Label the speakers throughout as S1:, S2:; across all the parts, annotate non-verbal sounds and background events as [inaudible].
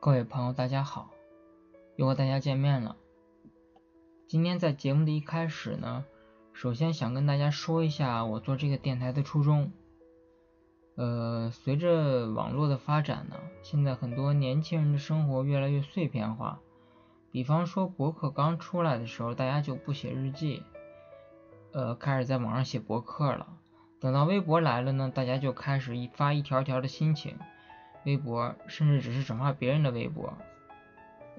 S1: 各位朋友，大家好，又和大家见面了。今天在节目的一开始呢，首先想跟大家说一下我做这个电台的初衷。呃，随着网络的发展呢，现在很多年轻人的生活越来越碎片化。比方说，博客刚出来的时候，大家就不写日记，呃，开始在网上写博客了。等到微博来了呢，大家就开始一发一条条的心情。微博，甚至只是转发别人的微博。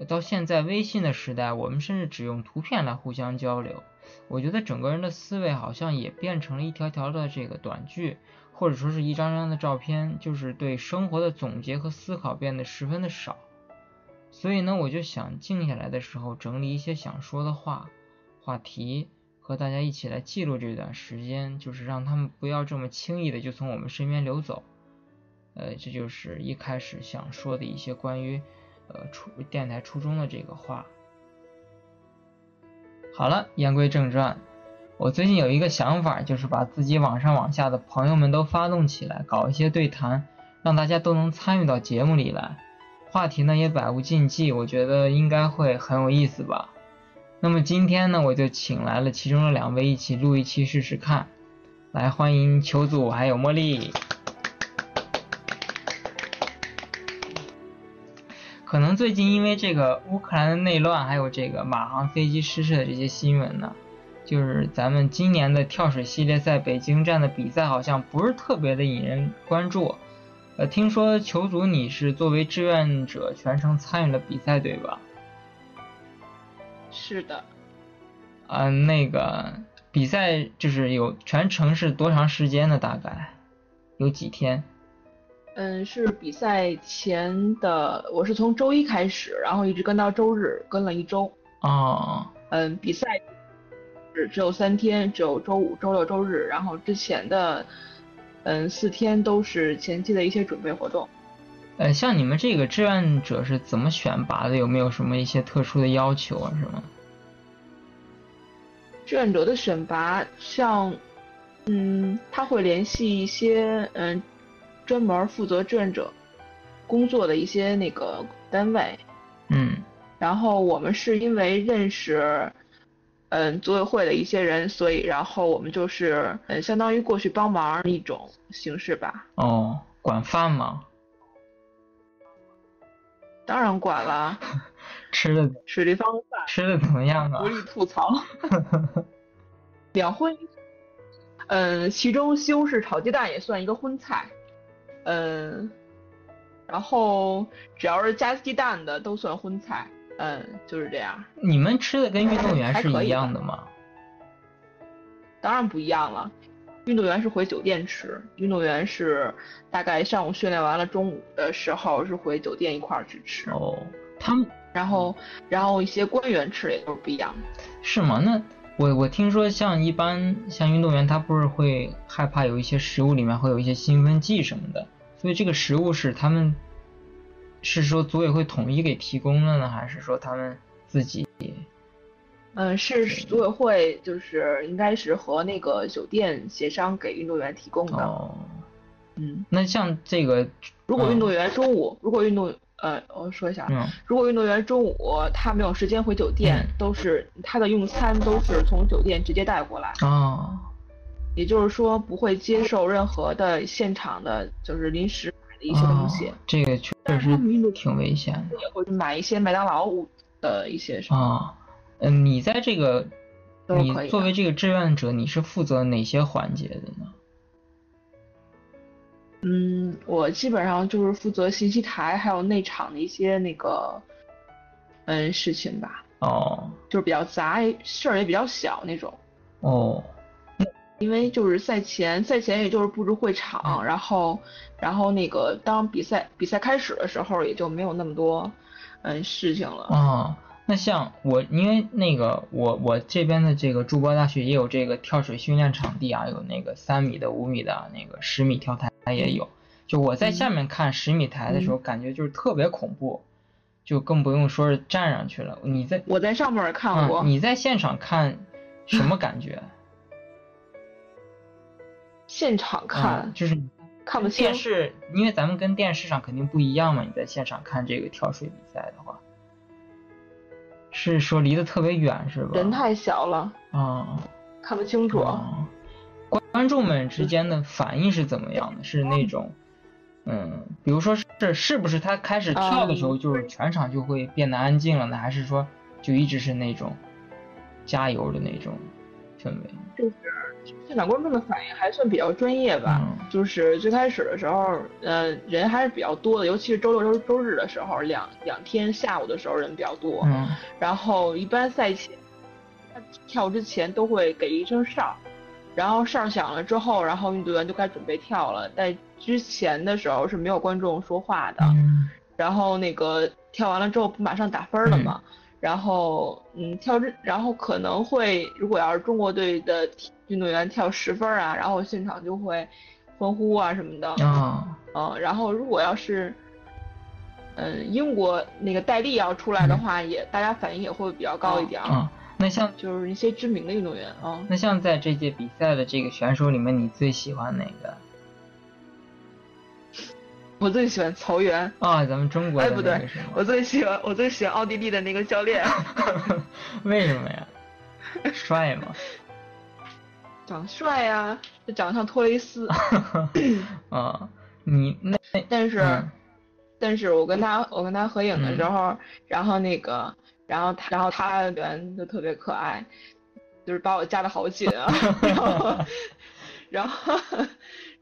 S1: 到现在微信的时代，我们甚至只用图片来互相交流。我觉得整个人的思维好像也变成了一条条的这个短剧，或者说是一张张的照片，就是对生活的总结和思考变得十分的少。所以呢，我就想静下来的时候，整理一些想说的话、话题，和大家一起来记录这段时间，就是让他们不要这么轻易的就从我们身边流走。呃，这就是一开始想说的一些关于，呃，初电台初衷的这个话。好了，言归正传，我最近有一个想法，就是把自己网上网下的朋友们都发动起来，搞一些对谈，让大家都能参与到节目里来。话题呢也百无禁忌，我觉得应该会很有意思吧。那么今天呢，我就请来了其中的两位一起录一期试试看，来欢迎求组还有茉莉。可能最近因为这个乌克兰的内乱，还有这个马航飞机失事的这些新闻呢，就是咱们今年的跳水系列赛北京站的比赛好像不是特别的引人关注。呃，听说球组你是作为志愿者全程参与了比赛，对吧？
S2: 是的，
S1: 啊、那个比赛就是有全程是多长时间呢？大概有几天？
S2: 嗯，是比赛前的，我是从周一开始，然后一直跟到周日，跟了一周。
S1: 哦，
S2: 嗯，比赛只只有三天，只有周五、周六、周日，然后之前的嗯四天都是前期的一些准备活动。
S1: 呃，像你们这个志愿者是怎么选拔的？有没有什么一些特殊的要求啊？什么？
S2: 志愿者的选拔，像嗯，他会联系一些嗯专门负责志愿者工作的一些那个单位，
S1: 嗯。
S2: 然后我们是因为认识，嗯，组委会的一些人，所以然后我们就是，嗯，相当于过去帮忙一种形式吧。
S1: 哦，管饭吗？
S2: 当然管了，
S1: 吃的
S2: 水立方饭，
S1: 吃的怎么样啊
S2: 无？力吐槽。 [laughs] 两荤，嗯，其中西红柿炒鸡蛋也算一个荤菜，嗯，然后只要是加鸡蛋的都算荤菜，嗯，就是这样。
S1: 你们吃的跟运动员
S2: 还
S1: 是
S2: 可
S1: 一
S2: 以吧
S1: 样的吗？
S2: 当然不一样了。运动员是回酒店吃，运动员是大概上午训练完了，中午的时候是回酒店一块儿去吃。
S1: 哦，他们
S2: 然后，然后一些官员吃的也都是不一样的。
S1: 是吗？那我我听说像一般像运动员，他不是会害怕有一些食物里面会有一些兴奋剂什么的，所以这个食物是他们是说组委会统一给提供的呢，还是说他们自己？
S2: 嗯，是组委会就是应该是和那个酒店协商给运动员提供的。
S1: 哦，
S2: 嗯，
S1: 那像这个，
S2: 如果
S1: 嗯
S2: 运动员中午，如果运动呃，我说一下啊，
S1: 嗯
S2: 如果运动员中午他没有时间回酒店，
S1: 嗯
S2: 都是他的用餐都是从酒店直接带过来。
S1: 哦，
S2: 也就是说不会接受任何的现场的，就是临时买的一些东西。
S1: 哦这个确
S2: 但是
S1: 实
S2: 他们运动
S1: 挺危险的。
S2: 也会买一些麦当劳的一些什么。
S1: 啊，嗯，你在这个，
S2: 都是可以
S1: 你
S2: 的
S1: 作为这个志愿者，你是负责哪些环节的呢？
S2: 嗯，我基本上就是负责信息台还有内场的一些那个，嗯，事情吧，
S1: 哦，
S2: 就是比较杂，事儿也比较小那种。
S1: 哦，
S2: 因为就是赛前，赛前也就是布置会
S1: 哦
S2: 场，然后，然后那个当比赛比赛开始的时候，也就没有那么多，嗯，事情了。
S1: 哦，那像我，因为那个我我这边的这个筑波大学也有这个跳水训练场地啊，有那个三米的、五米的啊，那个十米跳台也有。就我在下面看十米台的
S2: 嗯
S1: 时候，感觉就是特别恐怖，就更不用说是站上去了。你在，
S2: 我在上面看过，
S1: 嗯，你在现场看什么感觉？
S2: 现场看，
S1: 嗯就是
S2: 看不清
S1: 电。视，因为咱们跟电视上肯定不一样嘛。你在现场看这个跳水比赛的话，是说离得特别远是吧？
S2: 人太小了，
S1: 啊，
S2: 看不清楚。
S1: 啊观观众们之间的反应是怎么样的？是那种，嗯，比如说是是不是他开始跳的时
S2: 嗯
S1: 候，就是全场就会变得安静了呢？还是说就一直是那种加油的那种氛围？
S2: 现场观众的反应还算比较专业吧。
S1: 嗯
S2: 就是最开始的时候，呃，人还是比较多的，尤其是周六、周周日的时候，两两天下午的时候人比较多。
S1: 嗯
S2: 然后一般赛前，他跳之前都会给一声哨，然后哨响了之后，然后运动员就该准备跳了。在之前的时候是没有观众说话的，
S1: 嗯
S2: 然后那个跳完了之后不马上打分了嘛，然后嗯跳之然后可能会如果要是中国队的体运动员跳十分啊，然后现场就会欢呼啊什么的，
S1: 啊
S2: 嗯，然后如果要是，嗯，英国那个戴笠要出来的话，也大家反应也会比较高一点啊，
S1: 啊，那像
S2: 就是一些知名的运动员啊，
S1: 那像在这届比赛的这个选手里面，你最喜欢哪个？
S2: 我最喜欢曹原，
S1: 啊，咱们中国
S2: 哎
S1: 的
S2: 不
S1: 那
S2: 对
S1: 个是吗？
S2: 我最喜欢我最喜欢奥地利的那个教练，
S1: [laughs] 为什么呀？帅吗？
S2: 长帅呀、就长得像托雷斯，
S1: 啊，你那
S2: 但是。
S1: 嗯
S2: 但是我跟他我跟他合影的时候，然后那个，然后他然后他人就特别可爱，就是把我夹得好紧啊，然后然后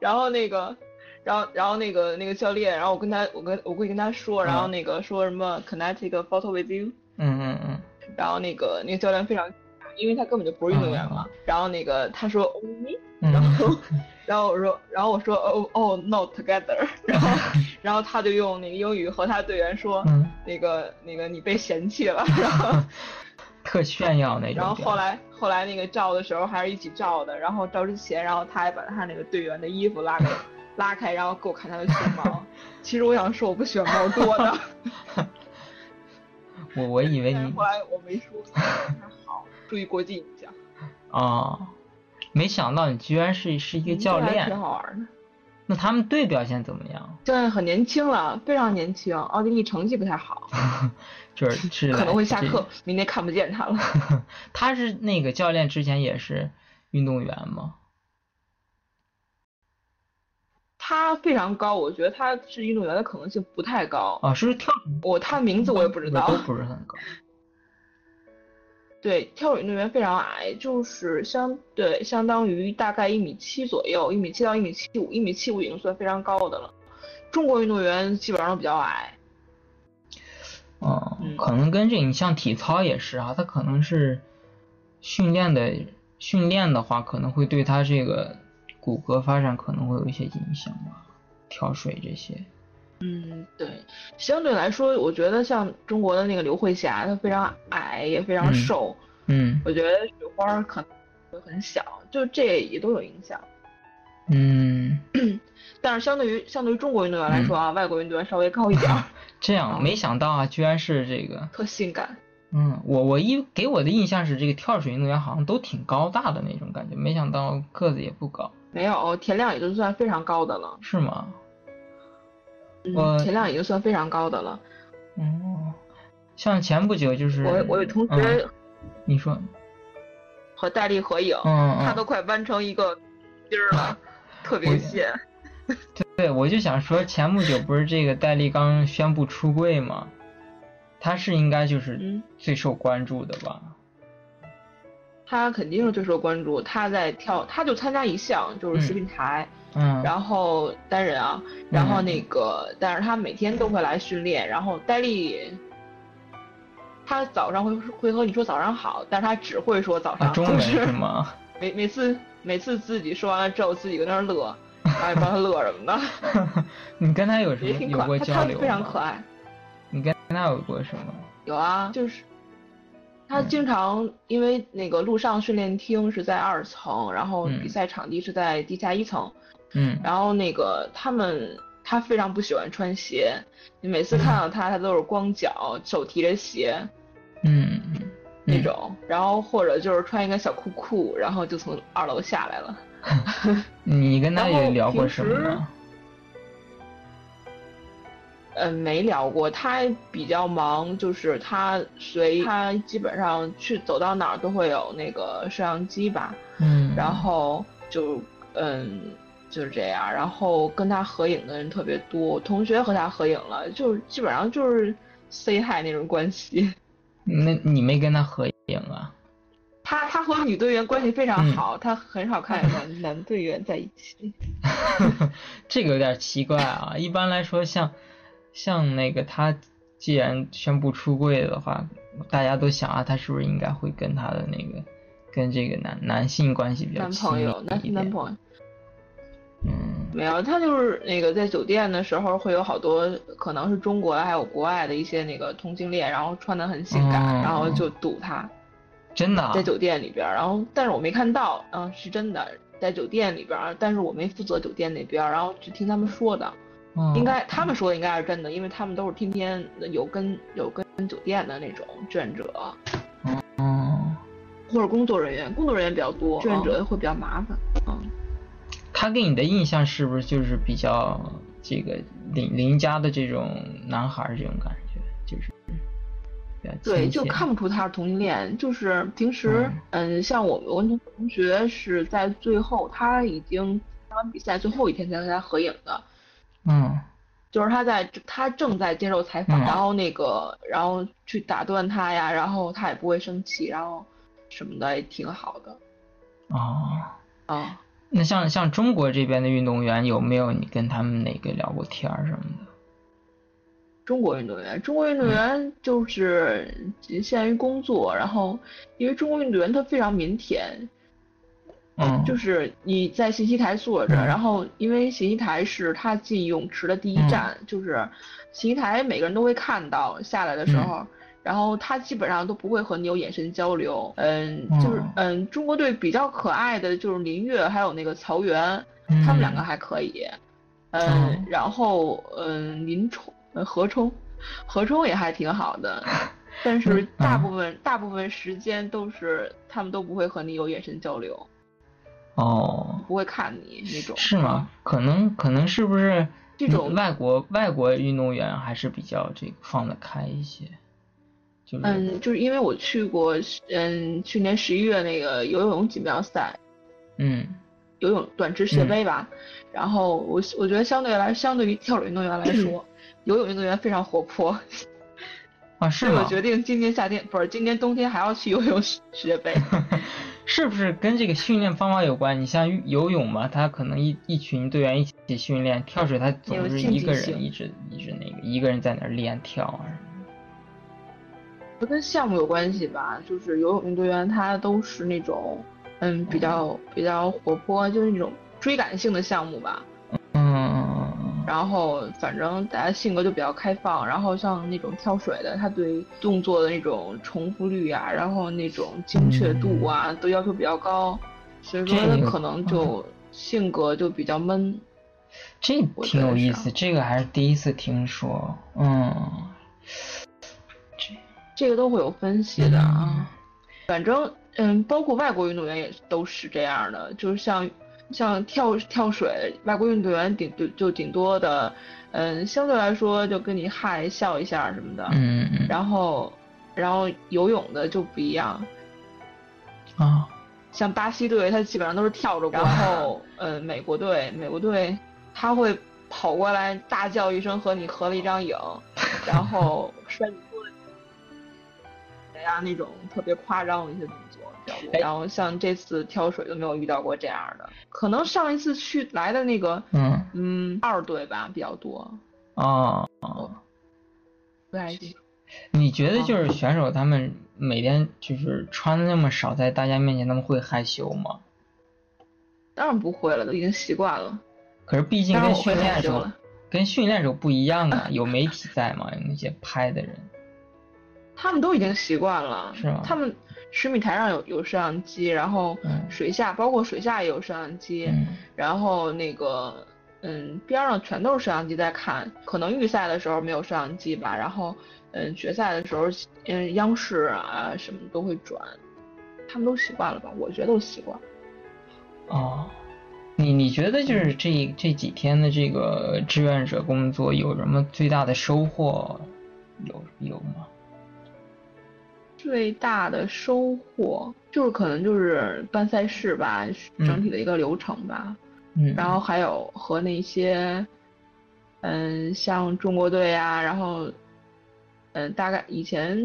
S2: 然后那个。然后，然后那个那个教练，然后我跟他，我跟我会跟他说，然后那个说什么 “Can I take a photo with you”，
S1: 嗯嗯嗯
S2: 然后那个那个教练非常，因为他根本就不是运动员嘛，然后那个他说哦 “Only”，
S1: 嗯，
S2: 然后，
S1: [laughs]
S2: 然后我说，然后我说，哦哦，not together。然 [laughs] 后，
S1: [laughs]
S2: 然后他就用那个英语和他队员说，
S1: 嗯，
S2: 那个那个你被嫌弃
S1: [laughs]
S2: 了。然后，
S1: 特炫耀那种。
S2: 然后后，来后来那个照的时候还是一起照的。然后照之前，然后他还把他那个队员的衣
S1: [laughs]
S2: 服拉开，拉开，然后给我看他的胸毛。其实我想说，我不喜欢毛多
S1: [laughs]
S2: 的，
S1: 我我以为
S2: 但是
S1: 你
S2: 后来我没说。好，注意国际影响。
S1: 哦，没想到你居然是是一个教
S2: 这还挺
S1: 练。
S2: 好玩的。
S1: 那他们队表现怎么样？
S2: 教练很年轻了，非常年轻。奥地利成绩不太好，
S1: 就是是
S2: [laughs] 可能
S1: 来
S2: 会下
S1: 这
S2: 课，明天看不见他了。
S1: 他是那个教练之前也是运动员吗？
S2: 他非常高，我觉得他是运动员的可能性不太高。
S1: 哦，是不是跳水
S2: 我他名字我也不知
S1: 我
S2: 道
S1: 都。不是很高。
S2: [laughs] 对，跳水运动员非常矮，就是相对相当于大概一米七左右，一米七到一米七五，一米七五已经算非常高的了。中国运动员基本上都比较矮，
S1: 哦
S2: 嗯，
S1: 可能跟这你像体操也是啊，他可能是训练的训练的话，可能会对他这个骨骼发展可能会有一些影响吧。跳水这些，
S2: 嗯，对，相对来说，我觉得像中国的那个刘慧霞，她非常矮，也非常
S1: 嗯
S2: 瘦，
S1: 嗯
S2: 我觉得水花可能会很小，就这也都有影响。
S1: 嗯，
S2: 但是相对于相对于中国运动员来说啊，外国运动员稍微高一点儿， [laughs]
S1: 这样没想到啊，居然是这个，
S2: 特性感。
S1: 嗯，我我一给我的印象是这个跳水运动员好像都挺高大的那种感觉，没想到个子也不高，
S2: 没有，田亮已经算非常高的了。
S1: 是吗？
S2: 嗯
S1: 我，
S2: 田亮已经算非常高的了。
S1: 哦，像前不久就是
S2: 我我有同
S1: 嗯
S2: 学
S1: 你说，
S2: 和戴笠合影，
S1: 嗯
S2: 他
S1: 嗯。
S2: 都快弯成一个筋儿
S1: [laughs]
S2: 了，特别谢。
S1: 对，我就想说，前不久不是这个戴笠刚宣布出柜吗？他是应该就是
S2: 嗯，
S1: 最受关注的吧？
S2: 他肯定是最受关注。他在跳，他就参加一项就是视频台，
S1: 嗯，
S2: 然后单人啊，然后那个，但是他每天都会来训练。然后戴笠，他早上会会和你说早上好，但是他只会说早
S1: 啊，
S2: 上，
S1: 中
S2: 就
S1: 文
S2: 是
S1: 是吗？
S2: 每每次每次自己说完了之后，自己搁那儿乐，然后也不知道他乐什么的，
S1: 你跟他有什
S2: 也
S1: 么
S2: 挺
S1: 有
S2: 可
S1: 过
S2: 爱。他
S1: 交
S2: 他
S1: 流
S2: 非常
S1: 吗
S2: 可爱，
S1: 你跟他有过什么？
S2: 有啊，就是他
S1: 嗯
S2: 经常因为那个陆上训练厅是在二层，然后
S1: 嗯
S2: 比赛场地是在地下一层，
S1: 嗯，
S2: 然后那个他们他非常不喜欢穿鞋，你每次看到他，他都是光脚，手提着鞋
S1: 嗯嗯
S2: 那种，然后或者就是穿一个小裤裤，然后就从二楼下来了。
S1: 你跟他
S2: 然
S1: 有
S2: 后
S1: 聊过
S2: 平
S1: 什么
S2: 时
S1: 呢？
S2: 嗯，没聊过，他比较忙，就是他随他基本上去走到哪儿都会有那个摄像机吧，
S1: 嗯，
S2: 然后就嗯就是这样，然后跟他合影的人特别多，我同学和他合影了，就基本上就是 say hi 那种关系。
S1: 那你没跟他合影啊？
S2: 他他和女队员关系非常
S1: 嗯
S2: 好，他很少看见男 [laughs] 男队员在一起。
S1: 这个有点奇怪啊。一般来说像，像那个他既然宣布出柜的话，大家都想啊，他是不是应该会跟他的那个跟这个男男性关系比较
S2: 男
S1: 亲
S2: 朋
S1: 密
S2: 友，男
S1: 一
S2: 男
S1: 点？
S2: 朋友
S1: 嗯
S2: 没有，他就是那个在酒店的时候会有好多可能是中国的还有国外的一些那个同性恋，然后穿的很性感，
S1: 哦
S2: 然后就堵他，
S1: 真的啊
S2: 在酒店里边儿，然后但是我没看到，嗯，是真的在酒店里边儿，但是我没负责酒店那边儿，然后只听他们说的，
S1: 哦
S2: 应该他们说的应该是真的，因为他们都是天天有跟有跟酒店的那种志愿者
S1: 哦，
S2: 或者工作人员，工作人员比较多，志愿者会比较麻烦，嗯。
S1: 他给你的印象是不是就是比较这个邻邻家的这种男孩儿这种感觉，就是比较
S2: 对，
S1: 亲
S2: 就
S1: 切
S2: 看不出他是同性恋，就是平时，嗯，像我我那同学是在最后，他已经打完比赛最后一天才跟他合影的，
S1: 嗯
S2: 就是他在他正在接受采访，
S1: 嗯
S2: 然后那个然后去打断他呀，然后他也不会生气，然后什么的也挺好的
S1: 哦。
S2: 啊。
S1: 那像像中国这边的运动员有没有你跟他们哪个聊过天儿什么的？
S2: 中国运动员，中国运动员就是仅限于工作，然后因为中国运动员他非常腼腆，
S1: 嗯，
S2: 就是你在信息台坐着，
S1: 嗯
S2: 然后因为信息台是他进泳池的第一站，就是信息台每个人都会看到下来的
S1: 嗯
S2: 时候，然后他基本上都不会和你有眼神交流。嗯，就是
S1: 哦
S2: 嗯，中国队比较可爱的就是林月还有那个曹源，
S1: 嗯
S2: 他们两个还可以。嗯，
S1: 哦
S2: 然后嗯，林冲、呃何冲、何冲也还挺好
S1: [laughs]
S2: 的。但是
S1: 嗯
S2: 大
S1: 嗯
S2: 部分、大部分时间都是他们都不会和你有眼神交流，
S1: 哦，
S2: 不会看你那种。
S1: 是吗？可能可能是不是嗯
S2: 这种
S1: 外国外国运动员还是比较这个放得开一些，就是
S2: 嗯，就是因为我去过，嗯，去年十一月那个游泳锦标赛，
S1: 嗯
S2: 游泳短池世界杯吧，然后我我觉得相对来，相对于跳水运动员来说，游泳运动员非常活泼，
S1: 啊
S2: 所
S1: 是
S2: 以我
S1: 吗？
S2: 决定今年夏天不是今年冬天还要去游泳世世
S1: [laughs]
S2: 界杯。
S1: 是不是跟这个训练方法有关？你像游泳嘛，他可能一一群队员一起训练，跳水他总
S2: 有
S1: 是
S2: 竞
S1: 一
S2: 技
S1: 个
S2: 性
S1: 人一直一直那个一个人在那儿练跳啊什么的。
S2: 不跟项目有关系吧，就是游泳运动员他都是那种，嗯，比较比较活泼，就是那种追赶性的项目吧。
S1: 嗯嗯
S2: 然后反正大家性格就比较开放，然后像那种跳水的，他对动作的那种重复率啊，然后那种精确度啊，都要求比较高，所以
S1: 嗯
S2: 说
S1: 这
S2: 他
S1: 个嗯
S2: 可能就性格就比较闷。
S1: 这
S2: 我
S1: 挺
S2: 觉
S1: 有
S2: 得
S1: 意
S2: 是啊啊
S1: 思，这个还是第一次听说。嗯，
S2: 这个都会有分析
S1: 嗯
S2: 的啊。反正嗯，包括外国运动员也都是这样的，就是像像跳跳水，外国运动员顶就就顶多的，嗯，相对来说就跟你嗨笑一下什么的，
S1: 嗯嗯
S2: 然后然后游泳的就不一样。
S1: 嗯啊，
S2: 像巴西队，他基本上都是跳着过
S1: 然
S2: 来，然
S1: 后
S2: 后呃，美国队，美国队他会跑过来大叫一声和你合了一张影，然
S1: [laughs]
S2: 后摔你桌子呀啊那种特别夸张的一些动作比较多。
S1: 哎
S2: 然后像这次跳水就没有遇到过这样的，可能上一次去来的那个
S1: 嗯
S2: 嗯二队吧比较多，
S1: 哦，
S2: 不太清楚。
S1: 你觉得就是
S2: 哦
S1: 选手他们每天就是穿的那么少，在大家面前他们会害羞吗？
S2: 当然不会了，都已经习惯了。
S1: 可是毕竟
S2: 当然
S1: 跟
S2: 我
S1: 训
S2: 会害
S1: 练时
S2: 羞啊
S1: 候
S2: 了。
S1: 跟训练时候不一样啊，有媒体在嘛，有那些拍的人。
S2: 他们都已经习惯了，
S1: 是吗
S2: 他们十米台上有有摄像机，然后
S1: 嗯
S2: 水下、包括水下也有摄像机，
S1: 嗯
S2: 然后那个嗯边上全都是摄像机在看，可能预赛的时候没有摄像机吧，然后嗯决赛的时候嗯央视啊什么都会转，他们都习惯了吧？我觉得都习惯。
S1: 哦，你你觉得
S2: 嗯
S1: 就是这这几天的这个志愿者工作有什么最大的收获？有有吗？
S2: 最大的收获就是可能就是办赛事吧，
S1: 嗯
S2: 整体的一个流程吧，
S1: 嗯，
S2: 然后还有和那些，嗯，像中国队啊，然后，嗯，大概以前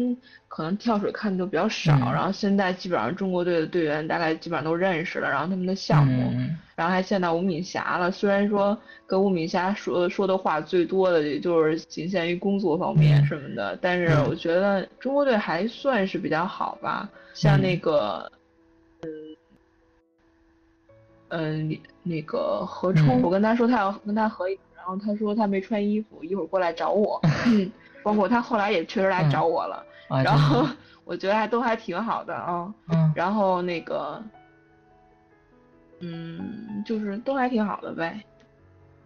S2: 可能跳水看的都比较少，
S1: 嗯
S2: 然后现在基本上中国队的队员大概基本上都认识了，然后他们的项目，
S1: 嗯
S2: 然后还见到吴敏霞了。虽然说跟吴敏霞说说的话最多的也就是仅限于工作方面
S1: 嗯
S2: 什么的，但是
S1: 嗯
S2: 我觉得中国队还算是比较好吧。像那个，嗯，嗯，那个何冲，
S1: 嗯
S2: 我跟他说他要跟他合影，然后他说他没穿衣服，一会儿过来
S1: [laughs]
S2: 找我。嗯，包括他后来也确实来
S1: 嗯
S2: 找我了，
S1: 啊，
S2: 然
S1: 真的
S2: 后 [laughs] 我觉得还都还挺好的啊、
S1: 嗯
S2: 然后那个，嗯，就是都还挺好的呗。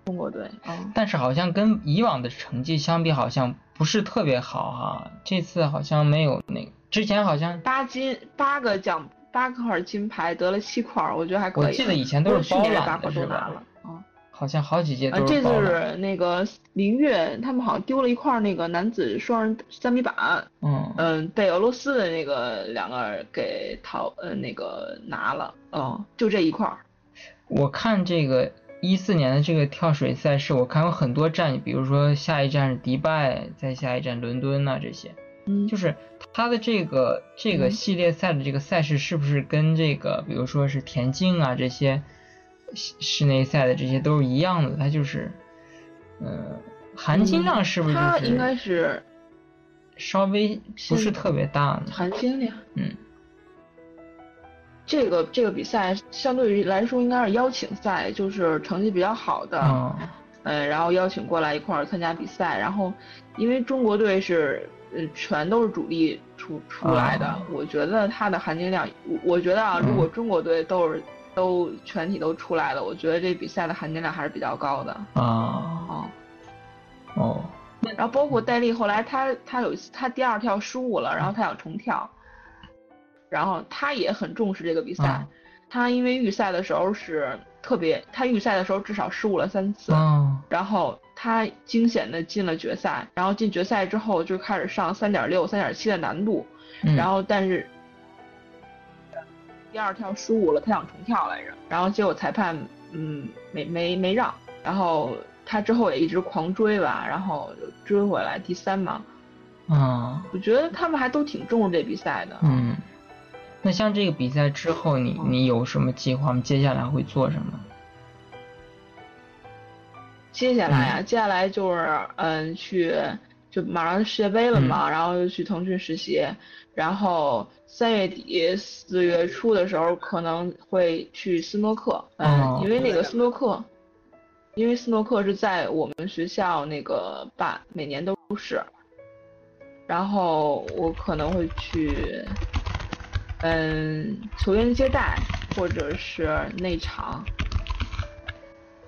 S2: 中国队，嗯，
S1: 但是好像跟以往的成绩相比，好像不是特别好哈、这次好像没有那个，之前好像
S2: 八金八个奖八块金牌得了七块儿，我觉得还可以
S1: 我
S2: 了。
S1: 记得以前都
S2: 都
S1: 是
S2: 去
S1: 包
S2: 年这八
S1: 揽
S2: 块
S1: 的
S2: 都
S1: 是
S2: 拿
S1: 吧
S2: 了？，嗯，
S1: 好像好几届
S2: 啊，
S1: 都
S2: 这
S1: 是包
S2: 就
S1: 揽。
S2: 是那个林月他们好像丢了一块儿那个男子双人三米板，
S1: 嗯
S2: 嗯，被俄罗斯的那个两个人给淘，呃，那个拿了，嗯，就这一块儿，
S1: 我看这个一四年的这个跳水赛事，我看有很多站，比如说下一站是迪拜，再下一站伦敦呐、这些，
S2: 嗯，
S1: 就是它的这个这个
S2: 嗯
S1: 系列赛的这个赛事是不是跟这个，比如说是田径啊这些室室内赛的这些都是一样的？它就是，呃，含金量是不是
S2: 他
S1: 就
S2: 嗯应该
S1: 是
S2: 是
S1: 稍微不是特别大呢？
S2: 含金量。
S1: 嗯
S2: 啊这个这个比赛相对于来说应该是邀请赛，就是成绩比较好的，
S1: 哦
S2: 嗯，然后邀请过来一块儿参加比赛。然后，因为中国队是呃全都是主力出出来的，
S1: 啊
S2: 我觉得它的含金量，我我觉得啊，
S1: 嗯
S2: 如果中国队都是、都全体都出来了，我觉得这比赛的含金量还是比较高的。
S1: 啊
S2: 哦，
S1: 哦
S2: 然后包括戴笠后来他他有他第二跳失误了，然后他想重跳，然后他也很重视这个比赛。
S1: 啊
S2: 他因为预赛的时候是特别，他预赛的时候至少失误了三次，
S1: 哦
S2: 然后他惊险的进了决赛，然后进决赛之后就开始上三点六、三点七的难度，
S1: 嗯
S2: 然后但是呃第二跳失误了，他想重跳来着，然后结果裁判嗯没没没让，然后他之后也一直狂追吧，然后就追回来第三嘛，
S1: 啊
S2: 我觉得他们还都挺重视这比赛的，
S1: 嗯，那像这个比赛之后你，你有什么计划吗？接下来会做什么？
S2: 接下来啊，接下来就是嗯，去就马上世界杯了嘛，然后就去腾讯实习，然后三月底四月初的时候可能会去斯诺克，嗯，
S1: 哦
S2: 因为那个斯诺克，因为斯诺克是在我们学校那个办，每年都是，然后我可能会去，嗯，球员接待或者是内场，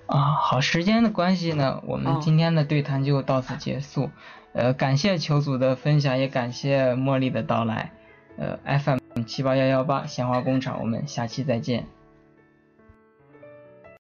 S1: 啊，好，时间的关系呢，我们
S2: 嗯
S1: 今天的对谈就到此结束。呃，感谢球组的分享，也感谢茉莉的到来。呃，FM 七八幺幺八闲话工厂，我们下期再见。